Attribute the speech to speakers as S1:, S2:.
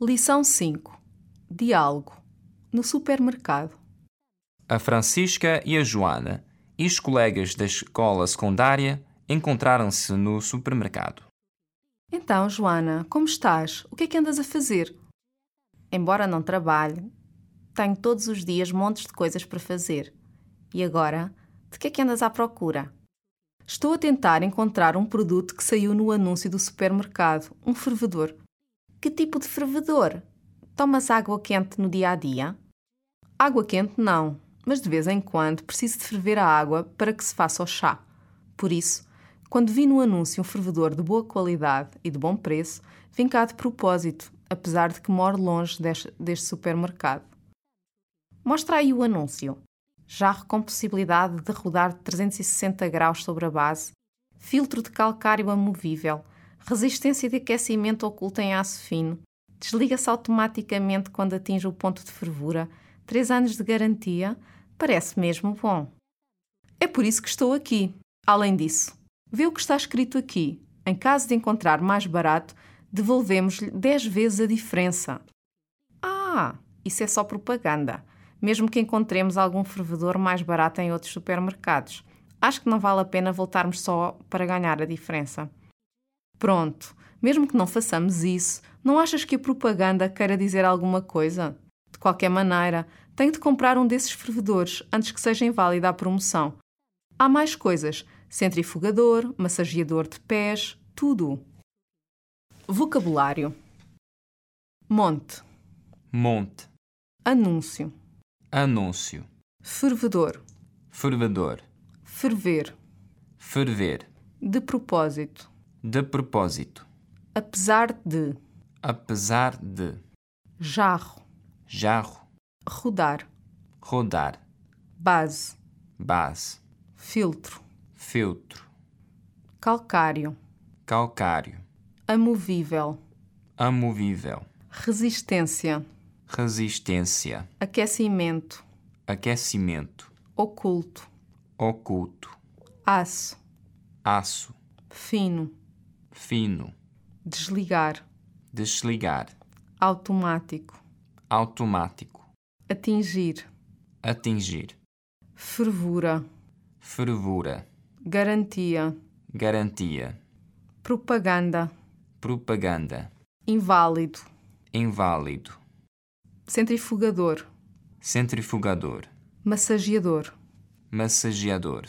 S1: Lição 5. Diálogo. No supermercado.
S2: A Francisca e a Joana, ex-colegas da escola secundária, encontraram-se no supermercado.
S1: Então, Joana, como estás? O que é que andas a fazer? Embora não trabalhe, tenho todos os dias montes de coisas para fazer. E agora, de que é que andas à procura? Estou a tentar encontrar um produto que saiu no anúncio do supermercado, um fervedor. Que tipo de fervedor? Tomas água quente no dia a dia? Água quente não, mas de vez em quando preciso de ferver a água para que se faça o chá. Por isso, quando vi no anúncio um fervedor de boa qualidade e de bom preço, vim cá de propósito, apesar de que moro longe deste, deste supermercado. Mostra aí o anúncio. Jarro com possibilidade de rodar 360 graus sobre a base, filtro de calcário amovível, resistência de aquecimento oculta em aço fino, desliga-se automaticamente quando atinge o ponto de fervura, 3 anos de garantia, parece mesmo bom. É por isso que estou aqui. Além disso, vê o que está escrito aqui. Em caso de encontrar mais barato, devolvemos-lhe 10 vezes a diferença. Ah, isso é só propaganda mesmo que encontremos algum fervedor mais barato em outros supermercados. Acho que não vale a pena voltarmos só para ganhar a diferença. Pronto, mesmo que não façamos isso, não achas que a propaganda queira dizer alguma coisa? De qualquer maneira, tenho de comprar um desses fervedores antes que seja inválida a promoção. Há mais coisas: centrifugador, massageador de pés, tudo. Vocabulário: Monte,
S2: Monte,
S1: anúncio,
S2: anúncio,
S1: fervedor,
S2: fervedor,
S1: ferver,
S2: ferver,
S1: de propósito,
S2: de propósito,
S1: apesar de,
S2: apesar de,
S1: jarro,
S2: jarro,
S1: rodar,
S2: rodar,
S1: base,
S2: base,
S1: filtro,
S2: filtro,
S1: calcário,
S2: calcário,
S1: amovível,
S2: amovível,
S1: resistência,
S2: resistência,
S1: aquecimento,
S2: aquecimento,
S1: oculto,
S2: oculto,
S1: aço,
S2: aço,
S1: fino,
S2: fino,
S1: desligar,
S2: desligar,
S1: automático,
S2: automático,
S1: atingir,
S2: atingir,
S1: fervura,
S2: fervura,
S1: garantia,
S2: garantia,
S1: propaganda,
S2: propaganda,
S1: inválido,
S2: inválido,
S1: centrifugador,
S2: centrifugador,
S1: massageador.
S2: massageador.